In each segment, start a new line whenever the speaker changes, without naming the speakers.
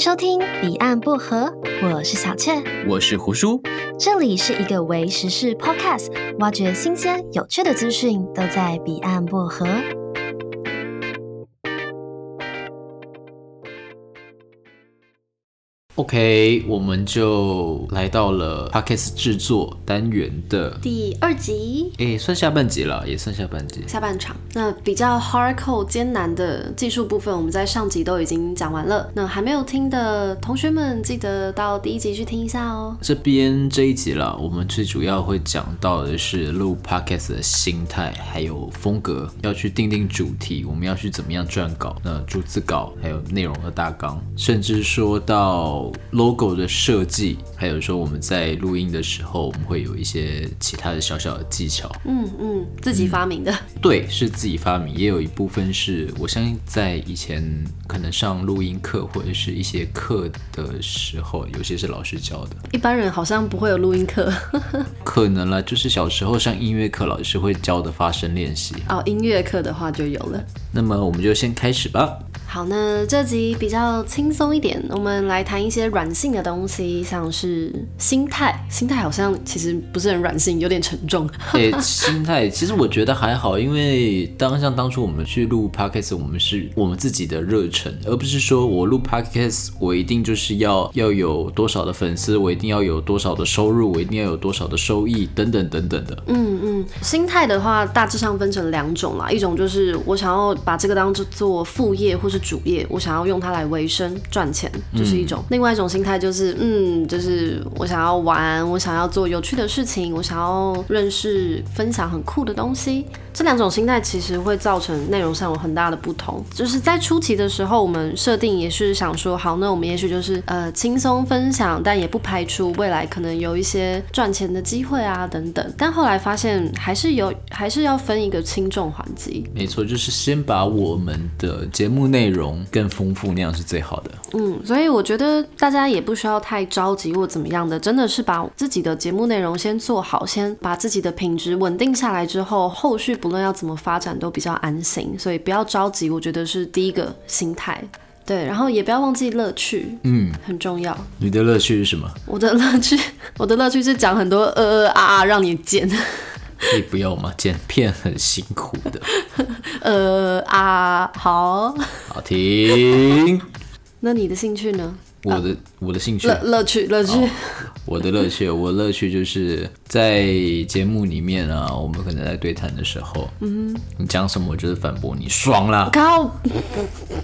收听《彼岸薄荷》，我是小雀，
我是胡叔，
这里是一个为时事 Podcast，挖掘新鲜有趣的资讯，都在《彼岸薄荷》。
OK，我们就来到了 Podcast 制作单元的，
第二集
诶，算下半集了，也算下半集。
下半场。那比较 hardcore 艰难的技术部分，我们在上集都已经讲完了。那还没有听的同学们，记得到第一集去听一下哦。
这边这一集了，我们最主要会讲到的是录 podcast 的心态，还有风格，要去定定主题，我们要去怎么样撰稿，那逐字稿，还有内容的大纲，甚至说到 logo 的设计，还有说我们在录音的时候，我们会有一些其他的小小的技巧。
嗯嗯，自己发明的，
对，是自己发明，也有一部分是我相信在以前可能上录音课或者是一些课的时候，有些是老师教的。
一般人好像不会有录音课
可能啦，就是小时候上音乐课，老师会教的发声练习。
哦，音乐课的话就有了。
那么我们就先开始吧。
好，那这集比较轻松一点，我们来谈一些软性的东西，像是心态。心态好像其实不是很软性，有点沉重。
诶、心态其实我觉得还好，因为当像当初我们去录 podcast，我们是我们自己的热忱，而不是说我录 podcast，我一定就是要要有多少的粉丝，我一定要有多少的收入，我一定要有多少的收益，等等等等的。
嗯心态的话，大致上分成两种啦，一种就是我想要把这个当做副业或是主业，我想要用它来维生赚钱，这、是一种；另外一种心态就是，嗯，就是我想要玩，我想要做有趣的事情，我想要认识、分享很酷的东西。这两种心态其实会造成内容上有很大的不同。就是在初期的时候，我们设定也是想说，好，那我们也许就是呃轻松分享，但也不排除未来可能有一些赚钱的机会啊等等。但后来发现还是有，还是要分一个轻重缓急。
没错，就是先把我们的节目内容更丰富，那样是最好的。
嗯，所以我觉得大家也不需要太着急或怎么样的，真的是把自己的节目内容先做好，先把自己的品质稳定下来之后，后续不论要怎么发展都比较安心，所以不要着急，我觉得是第一个心态。对，然后也不要忘记乐趣，嗯，很重要。
你的乐趣是什么？
我的乐趣，我的乐趣是讲很多呃呃啊啊，让你剪
你不要嘛，剪片很辛苦的。
呃啊好。
好，停。
那你的兴趣呢？
我的、我的兴趣，
乐乐趣乐趣，
我的乐趣，我的乐趣就是在节目里面啊，我们可能在对谈的时候，嗯，你讲什么我就是反驳你，爽啦，
靠，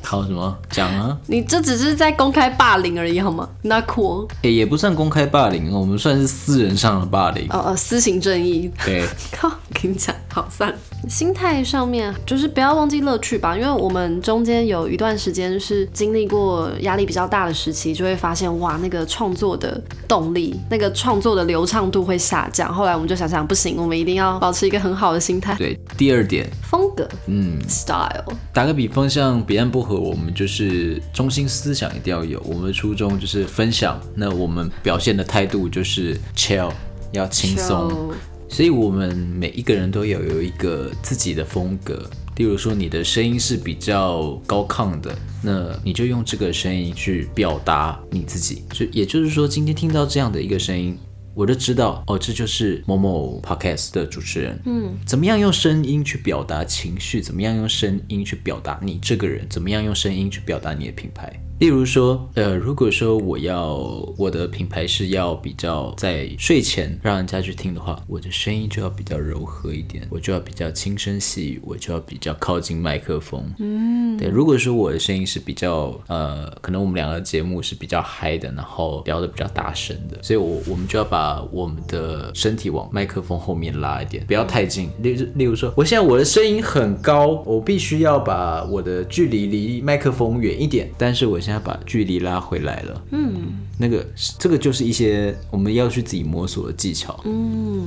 靠什么讲啊？
你这只是在公开霸凌而已好吗？Not 哦 cool。
诶、也不算公开霸凌，我们算是私人上的霸凌。
哦哦，私刑正义。
对，
靠，跟你讲，好算了。心态上面就是不要忘记乐趣吧，因为我们中间有一段时间是经历过压力比较大的时期，就会发现哇，那个创作的动力、那个创作的流畅度会下降。后来我们就想想，不行，我们一定要保持一个很好的心态。
对，第二点，
风格
嗯，
style，
打个比方，像彼岸薄荷，我们就是中心思想一定要有，我们的初衷就是分享，那我们表现的态度就是 chill，要轻松
Chill，
所以我们每一个人都要有一个自己的风格。例如说，你的声音是比较高亢的，那你就用这个声音去表达你自己。就也就是说，今天听到这样的一个声音，我就知道哦，这就是某某 podcast 的主持人。嗯，怎么样用声音去表达情绪？怎么样用声音去表达你这个人？怎么样用声音去表达你的品牌？例如说，呃，如果说我要我的品牌是要比较在睡前让人家去听的话，我的声音就要比较柔和一点，我就要比较轻声细语，我就要比较靠近麦克风。嗯，对。如果说我的声音是比较呃，可能我们两个节目是比较嗨的，然后聊的比较大声的，所以我我们就要把我们的身体往麦克风后面拉一点，不要太近。例如例如说，我现在我的声音很高，我必须要把我的距离离麦克风远一点，但是我现在把距离拉回来了。嗯，那个这个就是一些我们要去自己摸索的技巧。
嗯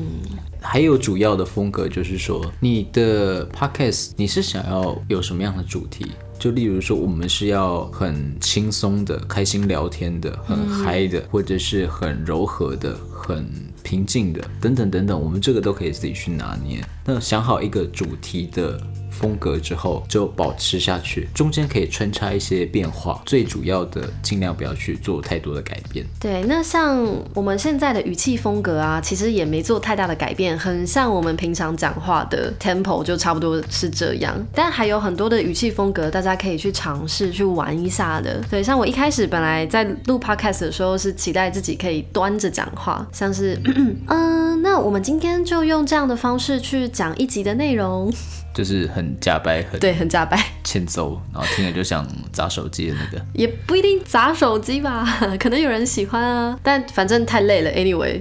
还有主要的风格就是说，你的 podcast 你是想要有什么样的主题？就例如说，我们是要很轻松的、开心聊天的、很嗨的，或者是很柔和的、很平静的，等等等等，我们这个都可以自己去拿捏。那想好一个主题的风格之后，就保持下去，中间可以穿插一些变化，最主要的尽量不要去做太多的改变。
对，那像我们现在的语气风格啊，其实也没做太大的改变，很像我们平常讲话的 tempo 就差不多是这样。但还有很多的语气风格，大家可以去尝试去玩一下的。对，像我一开始本来在录 podcast 的时候，是期待自己可以端着讲话，像是嗯，那我们今天就用这样的方式去讲一集的内容，
就是很假掰，很
对，很假掰。
欠揍，然后听了就想砸手机的那个。
也不一定砸手机吧， 可能有人喜欢啊，但反正太累了，anyway，、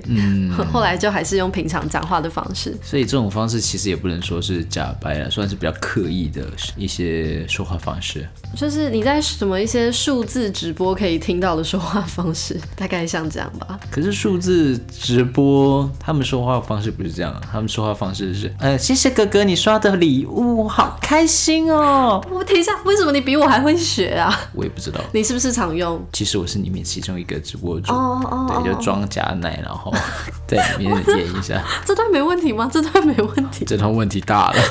后
嗯
来就还是用平常讲话的方式。
所以这种方式其实也不能说是假掰了，算是比较刻意的一些说话方式。
就是你在什么一些数字直播可以听到的说话方式，大概像这样吧。
可是数字直播他们说话方式不是这样啊，他们说话方式是，呃，谢谢哥哥你刷的礼物，好开心哦。
我等一下，为什么你比我还会学啊？
我也不知道，
你是不是常用？
其实我是里面其中一个直播主，
哦哦哦
对，就装假奶，然后 在里面演一下。
这段没问题吗？ 这段没问题，
这通问题大了，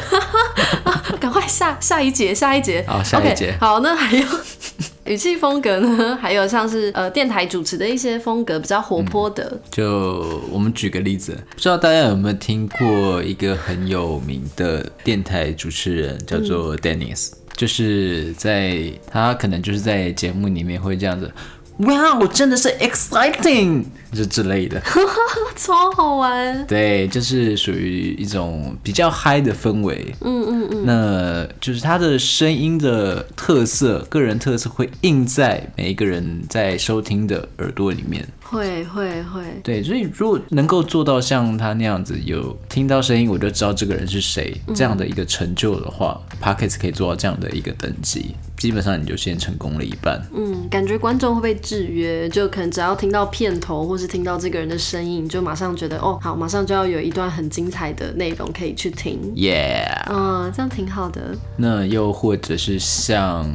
赶快下下一节，下一节。
好下一节
o k 好，那还有 语气风格呢？还有像是呃电台主持的一些风格比较活泼的，
嗯就我们举个例子，不知道大家有没有听过一个很有名的电台主持人，叫做 Dennis，、就是在他可能就是在节目里面会这样子。哇，我真的是 exciting，就之类 的，
超好玩。
对，就是属于一种比较嗨的氛围。嗯嗯嗯，那就是他的声音的特色，个人特色会印在每一个人在收听的耳朵里面。
会会会，
对，所以如果能够做到像他那样子，有听到声音我就知道这个人是谁，
嗯
这样的一个成就的话 p o c k e t 可以做到这样的一个等级，基本上你就先成功了一半。
嗯，感觉观众会被制约，就可能只要听到片头或是听到这个人的声音，你就马上觉得哦，好，马上就要有一段很精彩的内容可以去听。
Yeah，
嗯，这样挺好的
那又或者是像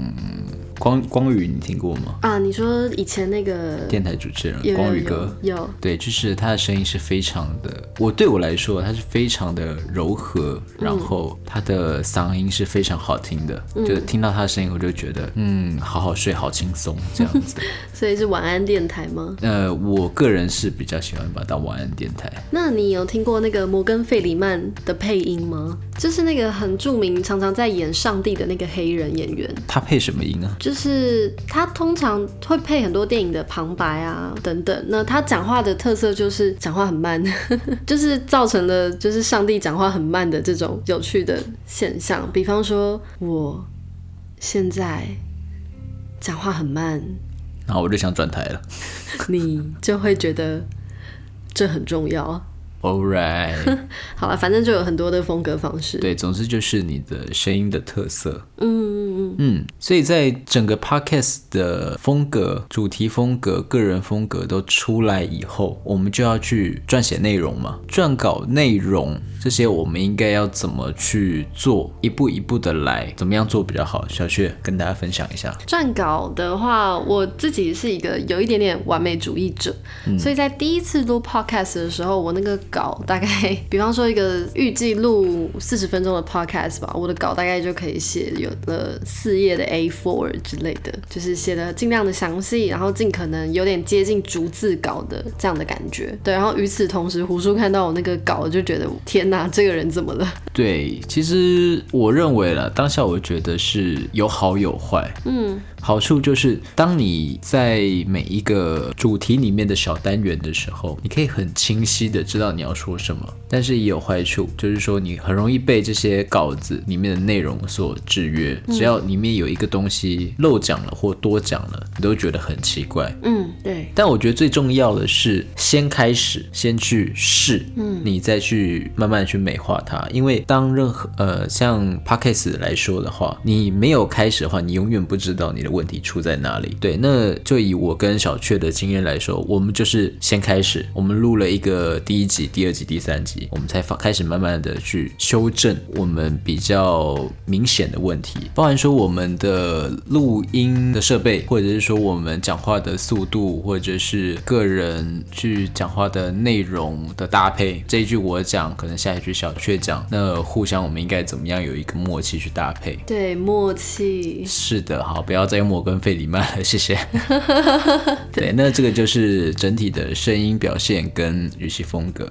光光宇，你听过吗？
啊。你说以前那个
电台主持人
有
光
有
宇哥。
有有，
对，就是他的声音是非常的，我对我来说，他是非常的柔和，
嗯
然后他的嗓音是非常好听的，就是听到他的声音，我就觉得，嗯，好好睡，好轻松这样子。
所以是晚安电台吗？
呃，我个人是比较喜欢把它当晚安电台。
那你有听过那个摩根·费里曼的配音吗？就是那个很著名，常常在演上帝的那个黑人演员。
它配什么音啊？
就是他通常会配很多电影的旁白啊等等。那他讲话的特色就是讲话很慢， 就是造成了就是上帝讲话很慢的这种有趣的现象。比方说，我现在讲话很慢，
然后我就想转台了。
你就会觉得这很重要。
All right，
好了，反正就有很多的风格方式。
对，总之就是你的声音的特色。
嗯，嗯嗯
嗯，所以在整个 podcast 的风格、主题风格、个人风格都出来以后，我们就要去撰写内容嘛，撰稿内容这些我们应该要怎么去做，一步一步的来，怎么样做比较好？小雪跟大家分享一下。
撰稿的话，我自己是一个有一点点完美主义者，所以在第一次录 podcast 的时候，我那个稿大概， 比方说一个预计录四十分钟的 podcast 吧，我的稿大概就可以写有了四页的 A4 之类的，就是写的尽量的详细，然后尽可能有点接近逐字稿的这样的感觉。对，然后与此同时，胡叔看到我那个稿就觉得，天哪，这个人怎么了？
对，其实我认为了，当下我觉得是有好有坏。嗯，好处就是当你在每一个主题里面的小单元的时候，你可以很清晰的知道你要说什么，但是也有坏处，就是说你很容易被这些稿子里面的内容所制约。只要里面有一个东西漏讲了或多讲了，你都觉得很奇怪。
嗯，对，
但我觉得最重要的是先开始，先去试，嗯，你再去慢慢去美化它。因为当任何呃像 p o c k e t 来说的话，你没有开始的话，你永远不知道你的问题出在哪里。对，那就以我跟小雀的经验来说，我们就是先开始，我们录了一个第一集、第二集、第三集，我们才发开始慢慢的去修正我们比较明显的问题，包含说我们的录音的设备，或者是说我们讲话的速度，或者是个人去讲话的内容的搭配。这一句我讲，可能下一句小雀讲，那呃，互相我们应该怎么样有一个默契去搭配。
对，默契。
是的，好，不要再用摩根费里曼了，谢谢。对，那这个就是整体的声音表现跟语系风格。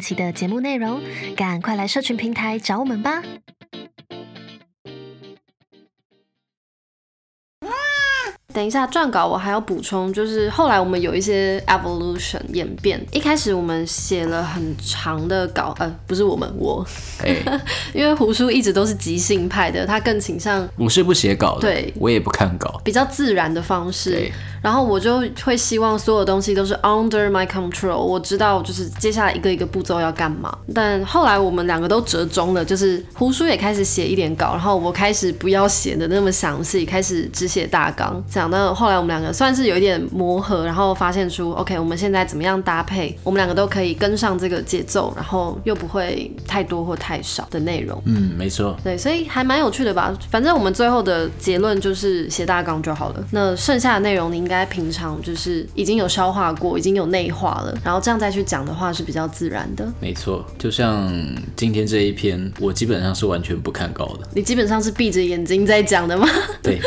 期的节目内容。赶快来社群平台找我们吧！
等一下撰稿，我还要补充，就是后来我们有一些 evolution 演变。一开始我们写了很长的稿，呃，不是我们我，
哎，
因为胡叔一直都是即兴派的，他更倾向
我是不写稿的，
对
我也不看稿。
比较自然的方式
对。
然后我就会希望所有东西都是 under my control，我知道就是接下来一个一个步骤要干嘛。但后来我们两个都折中了，就是胡叔也开始写一点稿，然后我开始不要写的那么详细，开始只写大纲。讲到后来我们两个算是有一点磨合，然后发现出 OK，我们现在怎么样搭配，我们两个都可以跟上这个节奏，然后又不会太多或太少的内容。
嗯，没错。
对，所以还蛮有趣的吧。反正我们最后的结论就是写大纲就好了。那剩下的内容你应该平常就是已经有消化过，已经有内化了，然后这样再去讲的话是比较自然的。
没错，就像今天这一篇，我基本上是完全不看稿的。
你基本上是闭着眼睛在讲的吗？
对，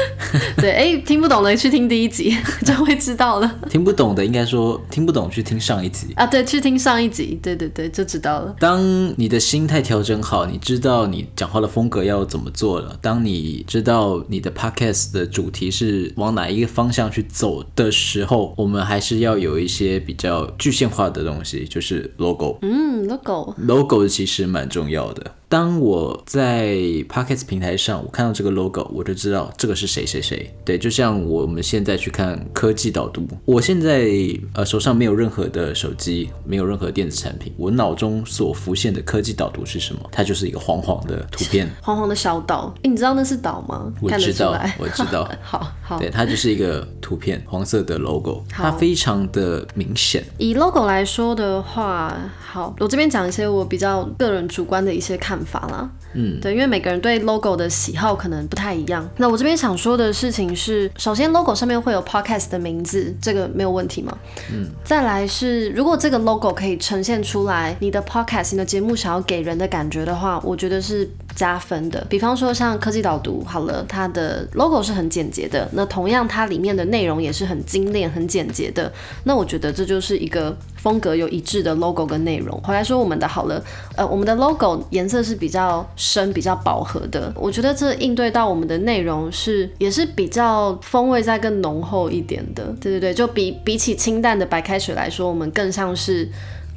对，哎、听不懂的去听第一集 就会知道了
听不懂的应该说听不懂去听上一集。
啊。对，去听上一集，对对对，就知道了。
当你的心态调整好，你知道你讲话的风格要怎么做了。当你知道你的 podcast 的主题是往哪一个方向去走的时候，我们还是要有一些比较具象化的东西，就是 logo。
嗯，logo，
logo 其实蛮重要的。当我在 Pocket 平台上，我看到这个 logo，我就知道这个是谁谁谁。对，就像我们现在去看科技导读，我现在呃手上没有任何的手机，没有任何电子产品，我脑中所浮现的科技导读是什么？它就是一个黄黄的图 片。
黄黄的小岛，哎、你知道那是岛吗？
我
看得
知
出
道
来，。
我知道。
好好
对，，它就是一个图片，黄色的 logo，它
好
非常的明显。
以 logo 来说的话，好，我这边讲一些我比较个人主观的一些看法啦。
嗯，
对，因为每个人对 logo 的喜好可能不太一样。那我这边想说的事情是，首先 logo 上面会有 podcast 的名字，这个没有问题吗？嗯。再来是，如果这个 logo 可以呈现出来你的 podcast、你的节目想要给人的感觉的话，我觉得是加分的。比方说像科技导读，好了，它的 logo 是很简洁的，那同样它里面的内容也是很精炼、很简洁的。那我觉得这就是一个风格有一致的 logo 跟内容。回来说我们的好了，呃，我们的 logo 颜色是比较深、比较饱和的。我觉得这应对到我们的内容是也是比较风味再更浓厚一点的。对对对，就比比起清淡的白开水来说，我们更像是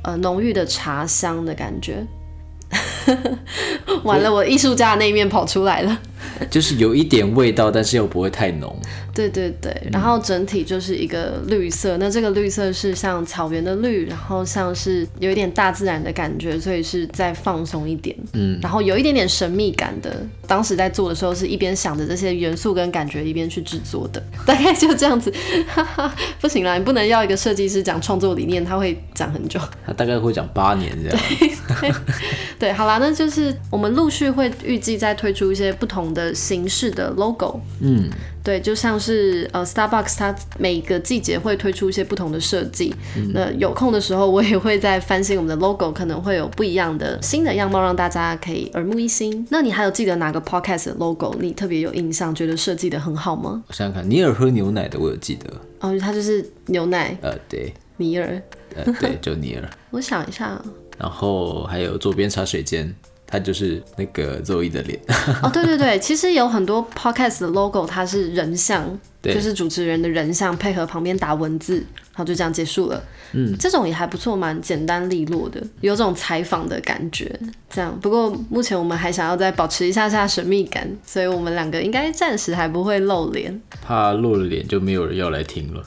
呃浓郁的茶香的感觉。 完了，我艺术家的那一面跑出来了。
就是有一点味道，但是又不会太浓。
对对对，然后整体就是一个绿色，那这个绿色是像草原的绿，然后像是有一点大自然的感觉，所以是再放松一点，嗯，然后有一点点神秘感的。当时在做的时候是一边想着这些元素跟感觉，一边去制作的， 大概就这样子。 哈哈，不行啦，你不能要一个设计师讲创作理念，他会讲很久。
它大概会讲八年这样。
对，好啦，那就是我们陆续会预计再推出一些不同的形式的 logo。嗯，对，就像是呃 Starbucks，它每个季节会推出一些不同的设计。那有空的时候，我也会再翻新我们的 logo，可能会有不一样的新的样貌，让大家可以耳目一新。那你还有记得哪个 podcast 的 logo 你特别有印象，觉得设计的很好吗？
我想想看，尼尔喝牛奶的我有记得，
哦，它就是牛奶
呃，对，
尼尔。
呃，对，就尼尔，
我想一下，啊
然后还有左边茶水间，它就是那个 Zoe 的 脸。
哦，对对对，其实有很多 podcast 的 logo 它是人像，
对
就是主持人的人像配合旁边打文字，然后就这样结束了。嗯，这种也还不错，蛮简单利落的，有种采访的感觉。这样，不过目前我们还想要再保持一下下神秘感，所以我们两个应该暂时还不会露脸。
怕露了脸就没有人要来听了。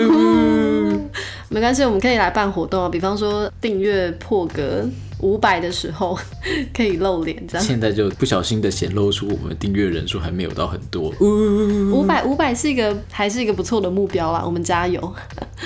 嗯， 没关系，我们可以来办活动啊，比方说订阅破格五百的时候 可以露脸这样。
现在就不小心的显露出我们订阅人数还没有到很多，
嗯
嗯
五百五百是一个还是一个不错的目标啊啦，我们加油！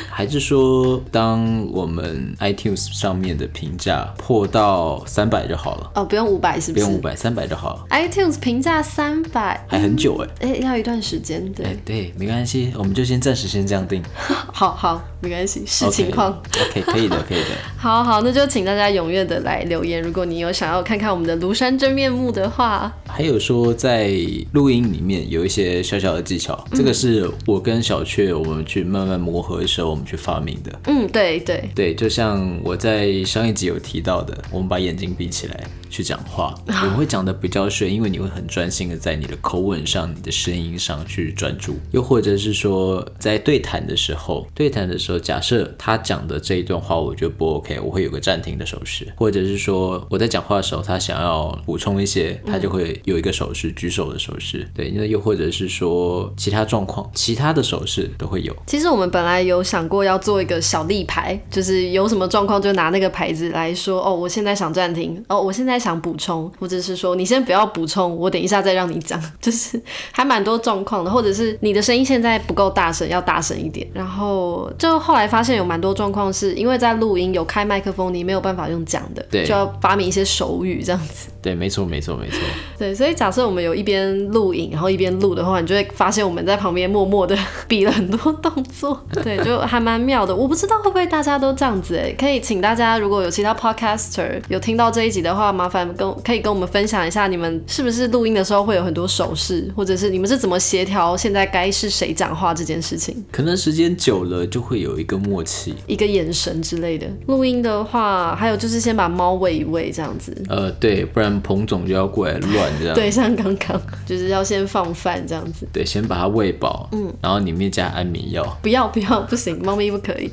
还是说当我们 iTunes 上面的评价破到三百就好了，
哦，不用五百是
不
不是
用五百，三百就好了，
i t u n e s 评价三百，
还很久哎、
哎，要一段时间，对，
哎，对，没关系，我们就先暂时先这样定，
好好，没关系，视
OK
情况。
OK，可以的，可以的。
好好，那就请大家踊跃的来留言，如果你有想要看看我们的庐山真面目的话，
还有说，在录音里面有一些小小的技巧，这个是我跟小雀我们去慢慢磨合的时候，我们去发明的。
嗯，对对，
对，就像我在上一集有提到的，我们把眼睛闭起来去讲话，我会讲的比较顺，因为你会很专心的在你的口吻上、你的声音上去专注。又或者是说，在对谈的时候，对谈的时候，假设他讲的这一段话我觉得不 OK，我会有个暂停的手势，或者是说我在讲话的时候，他想要补充一些，他就会有一个手势，举手的手势。对，那又或者是说其他状况，其他的手势都会有。
其实我们本来有想过要做一个小立牌，就是有什么状况就拿那个牌子来说，哦，我现在想暂停，哦，我现在想补充，或者是说你先不要补充，我等一下再让你讲，就是还蛮多状况的，或者是你的声音现在不够大声，要大声一点。然后就后来发现有蛮多状况是因为在录音有开麦克风，你没有办法用讲的，
对
就要发明一些手语这样子。
对，没错，没错，没错。
对，所以假设我们有一边录影，然后一边录的话，你就会发现我们在旁边默默的 比了很多动作，对，就还蛮妙的。我不知道会不会大家都这样子哎，可以请大家如果有其他 podcaster 有听到这一集的话，麻烦跟可以跟我们分享一下，你们是不是录音的时候会有很多手势，或者是你们是怎么协调现在该是谁讲话这件事情，
可能时间久了就会有一个默契。
一个眼神之类的。录音的话，还有就是先把猫喂一喂这样子，
呃，对，不然彭总就要过来乱这样。
对，像刚刚就是要先放饭这样子。
对先把它喂饱，嗯，然后里面加安眠药。
不要不 要，不行，猫咪不可以。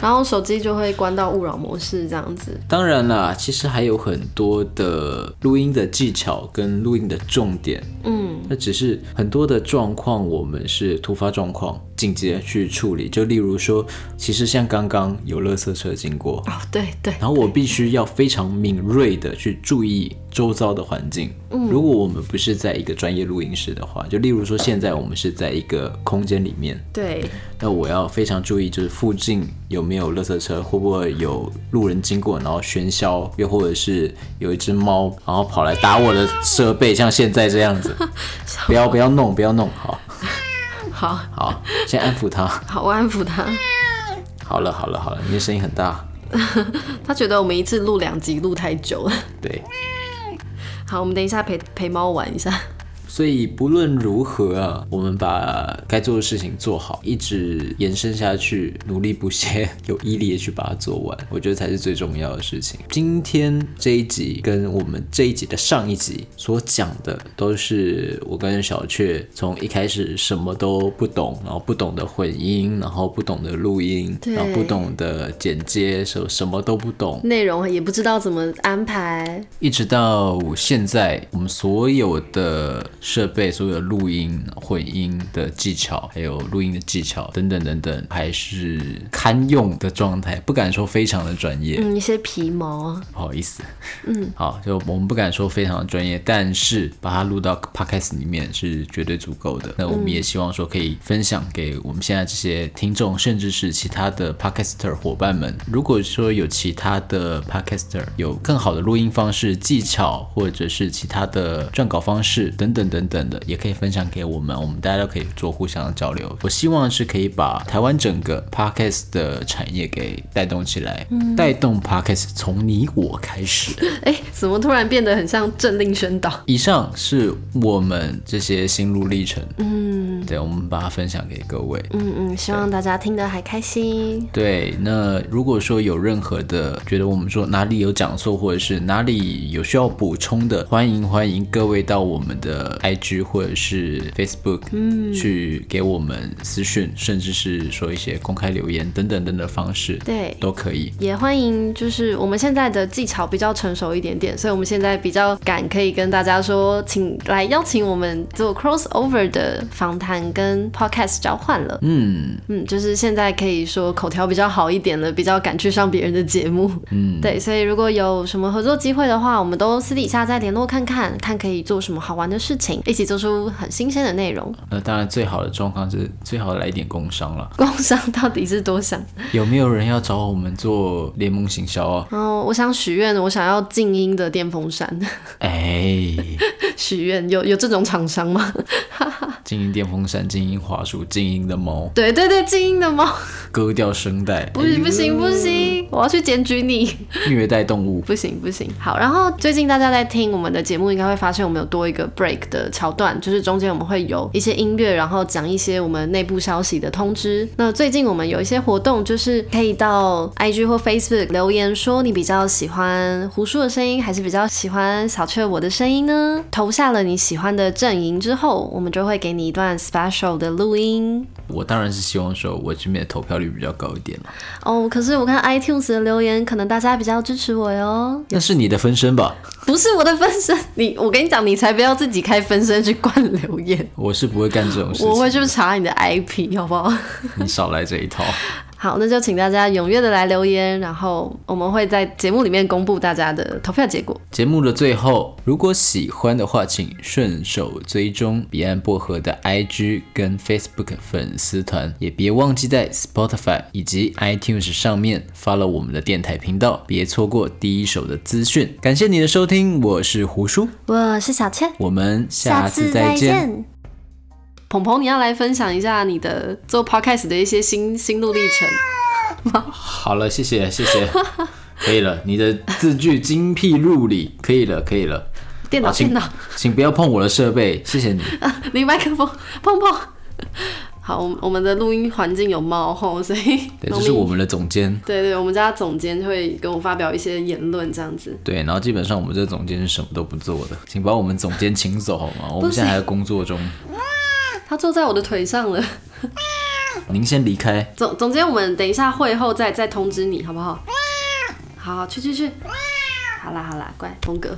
然后手机就会关到勿扰模式这样子。
当然啦，其实还有很多的录音的技巧跟录音的重点，嗯，那只是很多的状况我们是突发状况，紧急的去处理。就例如说，其实像刚刚有垃圾车经过，
哦，对对，
然后我必须要非常敏锐的去注意周遭的环境。如果我们不是在一个专业录音室的话，就例如说现在我们是在一个空间里面，
对
那我要非常注意，就是附近有没有垃圾车，会不会有路人经过，然后喧嚣，又或者是有一只猫，然后跑来打我的设备，像现在这样子，不要不要弄，不要弄，好
好
好，先安抚它。
好，我安抚他。
好了好了好了，你的声音很大，
他觉得我们一次录两集录太久了。
对。
好，我们等一下陪陪猫玩一下。
所以不论如何啊，我们把该做的事情做好，一直延伸下去，努力不懈，有毅力的去把它做完，我觉得才是最重要的事情。今天这一集跟我们这一集的上一集所讲的，都是我跟小雀从一开始什么都不懂，然后不懂的混音，然后不懂的录音，
对
然后不懂的剪接，什什么都不懂，
内容也不知道怎么安排，
一直到现在，我们所有的设备、所有的录音、混音的技巧，还有录音的技巧等等等等，还是堪用的状态，不敢说非常的专业，
嗯，一些皮毛。
不好意思。嗯，好，就我们不敢说非常的专业，但是把它录到 podcast 里面是绝对足够的。那我们也希望说可以分享给我们现在这些听众，甚至是其他的 podcaster 伙伴们。如果说有其他的 podcaster 有更好的录音方式、技巧，或者是其他的撰稿方式等等论等等的，也可以分享给我们，我们大家都可以做互相的交流。我希望是可以把台湾整个 podcast 的产业给带动起来，带动 podcast 从你我开始。
哎、怎么突然变得很像政令宣导？
以上是我们这些心路历程，嗯，对，我们把它分享给各位。
嗯嗯，希望大家听得还开心。
对，那如果说有任何的觉得我们说哪里有讲错，或者是哪里有需要补充的，欢迎欢迎各位到我们的 IG 或者是 Facebook，嗯，去给我们私讯，甚至是说一些公开留言等等等等的方式，
对
都可以。
也欢迎，就是我们现在的技巧比较成熟一点点，所以我们现在比较敢可以跟大家说，请来邀请我们做 crossover 的访谈跟 podcast 交换了。
嗯，
嗯，就是现在可以说口条比较好一点了，比较敢去上别人的节目。嗯，对，所以如果有什么合作机会的话，我们都私底下再联络看看，看可以做什么好玩的事情，一起做出很新鲜的内容。
那当然最好的状况是最好来一点工商了。
工商到底是多想？
有没有人要找我们做联盟行销啊？
然后我想许愿，我想要静音的电风扇。
哎，
许愿有有这种厂商吗？
静音电风扇、静音滑鼠、静音的猫，
对对对，静音的猫，
割掉声带，
不行不行不行，我要去检举你。
虐待动物。
不行不行，好。然后最近大家在听我们的节目，应该会发现我们有多一个 break 的桥段，就是中间我们会有一些音乐，然后讲一些我们内部消息的通知。那最近我们有一些活动，就是可以到 IG 或 Facebook 留言说你比较喜欢胡叔的声音，还是比较喜欢小雀我的声音呢？投下了你喜欢的阵营之后，我们就会给你一段 special 的录音。
我当然是希望说我这边的投票率比较高一点了。
哦，可是我看 iTunes 的留言，可能大家比较支持我哟。
那是你的分身吧？
不是我的分身， 你我跟你讲，你才不要自己开分身去灌留言，
我是不会干这种事情，
我会去查你的 IP，好不好？
你少来这一套。
好，那就请大家踊跃的来留言，然后我们会在节目里面公布大家的投票结果。
节目的最后，如果喜欢的话，请顺手追踪彼岸薄荷的 IG 跟 Facebook 粉丝团，也别忘记在 Spotify 以及 iTunes 上面 follow 我们的电台频道，别错过第一手的资讯。感谢你的收听，我是胡叔，
我是小倩，
我们下次
次
再见。
见。
鹏鹏，你要来分享一下你的做 podcast 的一些心心路历程。
好了，谢谢谢 谢，可以了，你的字句精辟入理，可以了可以了。
电脑，
好请
电脑，
请不要碰我的设备，谢谢你。
离麦克风，碰碰。好，我们我们的录音环境有猫吼，所以
对，
猫
这是我
咪。
们的总监。
对对，我们家总监会跟我发表一些言论，这样子。
对，然后基本上我们这个总监是什么都不做的，请把我们总监请走好吗？我们现在还在工作中，
他坐在我的腿上了。
您先离开。
总总监，我们等一下会后再再通知你，好不好？好，去去去。好啦好啦，乖，峰哥。